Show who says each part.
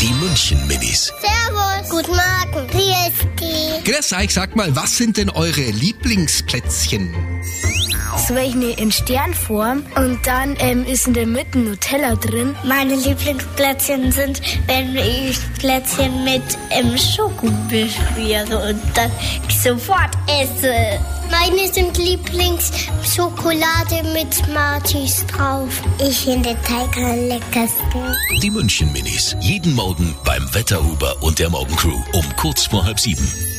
Speaker 1: Die München Minis.
Speaker 2: Servus. Guten Morgen. Wie ist die?
Speaker 3: Grüß euch, sag mal, was sind denn eure Lieblingsplätzchen?
Speaker 4: So welche in Sternform und dann ähm, ist in der Mitte Nutella drin.
Speaker 2: Meine Lieblingsplätzchen sind, wenn ich Plätzchen mit ähm, Schoko beschmiere und dann sofort esse. Meine sind Lieblingsschokolade mit Smarties drauf. Ich finde Teig am leckersten.
Speaker 1: Die München Minis. Jeden Morgen beim Wetterhuber und der Morgencrew um kurz vor halb sieben.